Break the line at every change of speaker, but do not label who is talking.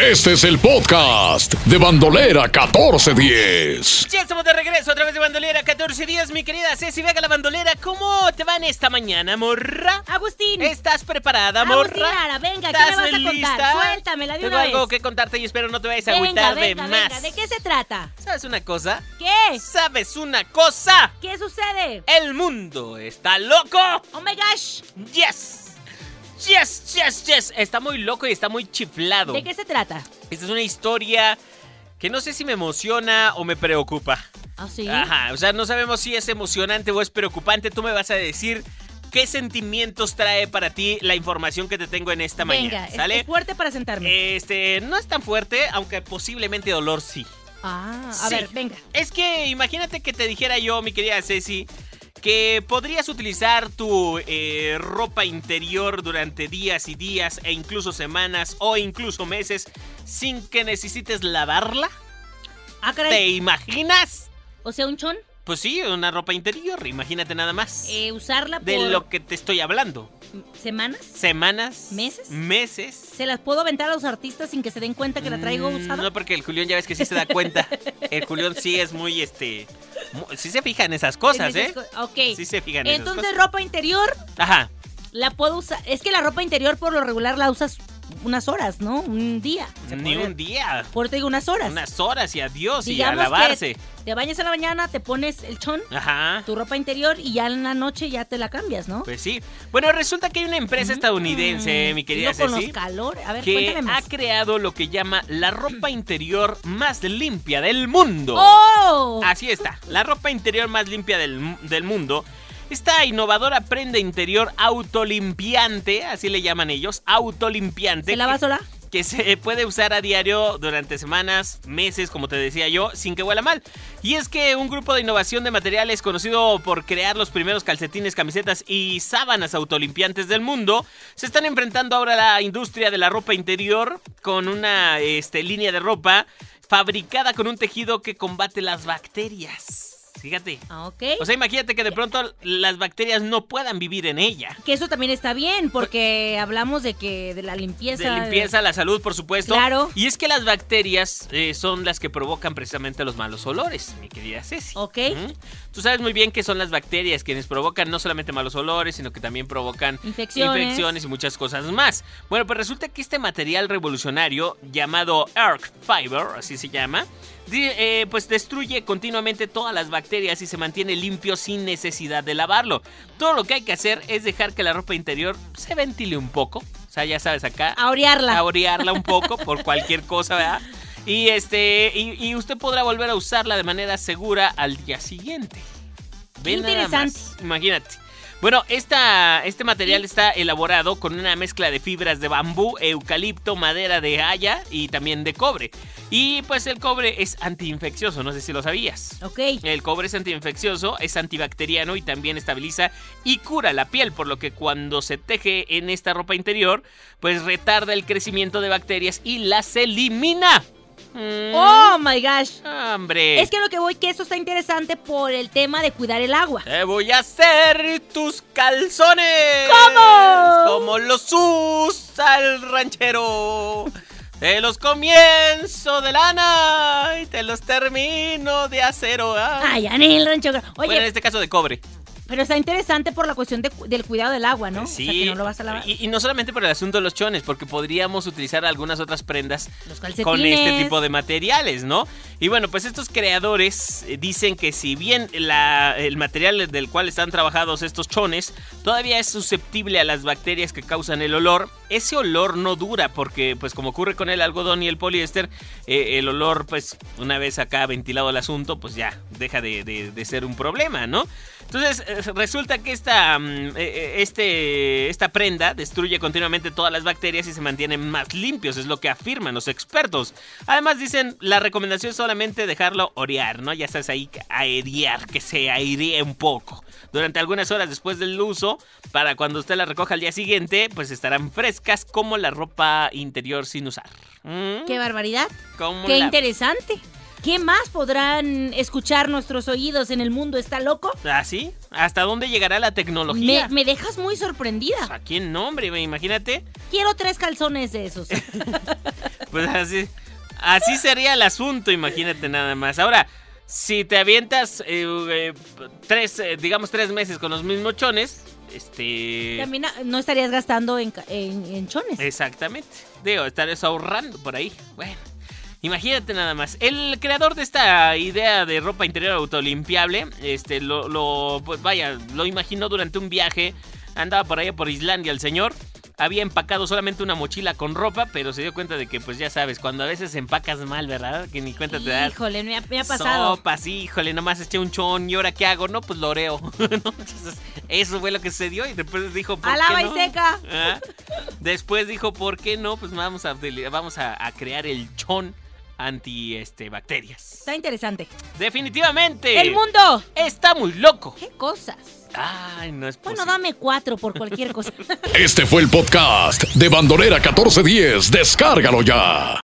Este es el podcast de Bandolera 1410.
Ya estamos de regreso a través de Bandolera 1410, mi querida Ceci Vega la Bandolera. ¿Cómo te van esta mañana, morra?
Agustín.
¿Estás preparada,
Agustín
morra?
Lara, venga, ¿qué
¿Estás
me vas a contar?
lista?
Suéltamela de
Tengo
una
algo
vez.
que contarte y espero no te vayas a
venga,
agüitar de
venga,
más.
venga. ¿De qué se trata?
¿Sabes una cosa?
¿Qué?
¿Sabes una cosa?
¿Qué sucede?
¡El mundo está loco!
Oh my gosh.
¡Yes! ¡Yes, yes, yes! Está muy loco y está muy chiflado.
¿De qué se trata?
Esta es una historia que no sé si me emociona o me preocupa.
¿Ah, sí?
Ajá, o sea, no sabemos si es emocionante o es preocupante. Tú me vas a decir qué sentimientos trae para ti la información que te tengo en esta
Venga,
mañana.
es-
¿Sale?
es fuerte para sentarme.
este, no es tan fuerte, aunque posiblemente dolor sí.
ah, a
sí.
ver, venga.
Es que imagínate que te dijera yo, mi querida Ceci, que podrías utilizar tu eh, ropa interior durante días y días e incluso semanas o incluso meses sin que necesites lavarla.
Ah,
¿Te
caray.
imaginas?
O sea, un chon,
Pues sí, una ropa interior, imagínate nada más.
eh, usarla por
De lo que te estoy hablando.
semanas.
¿Semanas?
¿Meses?
¿Meses?
¿Se las puedo aventar a los artistas sin que se den cuenta que la traigo
Mm,
usada?
No, porque el Julián ya ves que sí se da cuenta. El Julián sí es muy, este... mu- Sí se fijan esas cosas,
En
¿eh?
esas co- Ok.
Sí se fijan esas
Entonces,
cosas.
ropa interior
Ajá.
la puedo usar. Es que la ropa interior por lo regular la usas unas horas, ¿no? Un día. se
Ni
puede.
un día.
Por te digo, unas horas.
Unas horas y adiós y
Digamos
a lavarse.
que te bañas en la mañana, te pones el chon,
Ajá.
tu ropa interior y ya en la noche ya te la cambias, ¿no?
Pues sí. Bueno, resulta que hay una empresa estadounidense,
Mm,
mi querida
y luego con
Ceci. Ah,
los calores. A ver,
que
cuéntame
ha
más.
creado lo que llama la ropa interior más limpia del mundo.
¡Oh!
Así está, la ropa interior más limpia del, mu- del mundo. Esta innovadora prenda interior autolimpiante, así le llaman ellos, autolimpiante.
¿Se lava
que-
sola?
que se puede usar a diario durante semanas, meses, como te decía yo, sin que huela mal. Y es que un grupo de innovación de materiales conocido por crear los primeros calcetines, camisetas y sábanas autolimpiantes del mundo, se están enfrentando ahora a la industria de la ropa interior con una este, línea de ropa fabricada con un tejido que combate las bacterias. Fíjate.
Ah, ok.
O sea, imagínate que de pronto las bacterias no puedan vivir en ella.
que eso también está bien, porque hablamos de que de la limpieza.
de limpieza, la salud, por supuesto.
Claro.
Y es que las bacterias eh, son las que provocan precisamente los malos olores, mi querida Ceci.
Ok.
Ujú. Tú sabes muy bien que son las bacterias quienes provocan no solamente malos olores, sino que también provocan
Infecciones.
infecciones y muchas cosas más. Bueno, pues resulta que este material revolucionario llamado Arc Fiber, así se llama, di- eh, pues destruye continuamente todas las bacterias y se mantiene limpio sin necesidad de lavarlo. Todo lo que hay que hacer es dejar que la ropa interior se ventile un poco. O sea, ya sabes, acá
A orearla.
a orearla un poco por cualquier cosa, ¿verdad? Y este y, y usted podrá volver a usarla de manera segura al día siguiente. Ve
Qué
nada más,
interesante.
Imagínate. Bueno, esta, este material está elaborado con una mezcla de fibras de bambú, eucalipto, madera de haya y también de cobre. Y pues el cobre es antiinfeccioso, no sé si lo sabías.
Ok.
El cobre es antiinfeccioso, es antibacteriano y también estabiliza y cura la piel, por lo que cuando se teje en esta ropa interior, pues retarda el crecimiento de bacterias y las elimina. Mm,
Oh my gosh.
¡Hombre!
Es que lo que voy, que eso está interesante por el tema de cuidar el agua.
¡Te voy a hacer tus calzones!
¿Cómo?
Como los usa el ranchero. Te los comienzo de lana y te los termino de acero. Ah.
Ay, Anel Rancho. Oye,
bueno, en este caso de cobre.
pero está interesante por la cuestión de cu- del cuidado del agua, ¿no?
Sí.
O sea, que no lo vas a lavar.
Y, y no solamente por el asunto de los chones, porque podríamos utilizar algunas otras prendas
Los calcetines.
con este tipo de materiales, ¿no? Y bueno, pues estos creadores eh, dicen que si bien la- el material del cual están trabajados estos chones todavía es susceptible a las bacterias que causan el olor, ese olor no dura porque pues como ocurre con el algodón y el poliéster, eh, el olor pues una vez acá ventilado el asunto pues ya deja de, de- de ser un problema, ¿no? Entonces eh, resulta que esta, mm, eh, eh, este, esta prenda destruye continuamente todas las bacterias y se mantienen más limpios, es lo que afirman los expertos. Además dicen, la recomendación es solamente dejarlo orear, ¿no? Ya sabes ahí, airear, que se airee un poco. Durante algunas horas después del uso, para cuando usted la recoja al día siguiente, pues estarán frescas como la ropa interior sin usar. Mm,
Qué barbaridad.
¿cómo
Qué
la-
interesante. ¿Qué más podrán escuchar nuestros oídos en el mundo? ¿Está loco?
¿Así? ¿Ah, ¿Hasta dónde llegará la tecnología?
Me, me dejas muy sorprendida.
¿A quién nombre? Imagínate.
Quiero tres calzones de esos.
Pues así, así sería el asunto, imagínate nada más. Ahora, si te avientas eh, eh, tres, eh, digamos tres meses con los mismos chones, este...
También ah, no estarías gastando en, ca- en- en chones.
Exactamente. Digo, estarías ahorrando por ahí. Bueno, imagínate nada más. El creador de esta idea de ropa interior autolimpiable, este, lo, lo- pues vaya, lo imaginó durante un viaje. Andaba por allá por Islandia el señor. Había empacado solamente una mochila con ropa, pero se dio cuenta de que, pues ya sabes, cuando a veces empacas mal, ¿verdad? Que ni cuenta te das.
Híjole, me ha, me ha pasado.
Sopas, híjole, nomás eché un chon y ahora qué hago, no, pues loreo. ¿no? Entonces, eso fue lo que se dio y después dijo, ¿por
Alaba
qué
y
no?
seca.
Ah, Después dijo, ¿por qué no? Pues vamos a, dele- vamos a, a crear el chon anti este, bacterias.
Está interesante.
Definitivamente.
¡El mundo!
está muy loco.
¡Qué cosas!
Ay, no es
Bueno,
posible.
dame cuatro por cualquier cosa.
Este fue el podcast de Bandolera 1410. Descárgalo ya.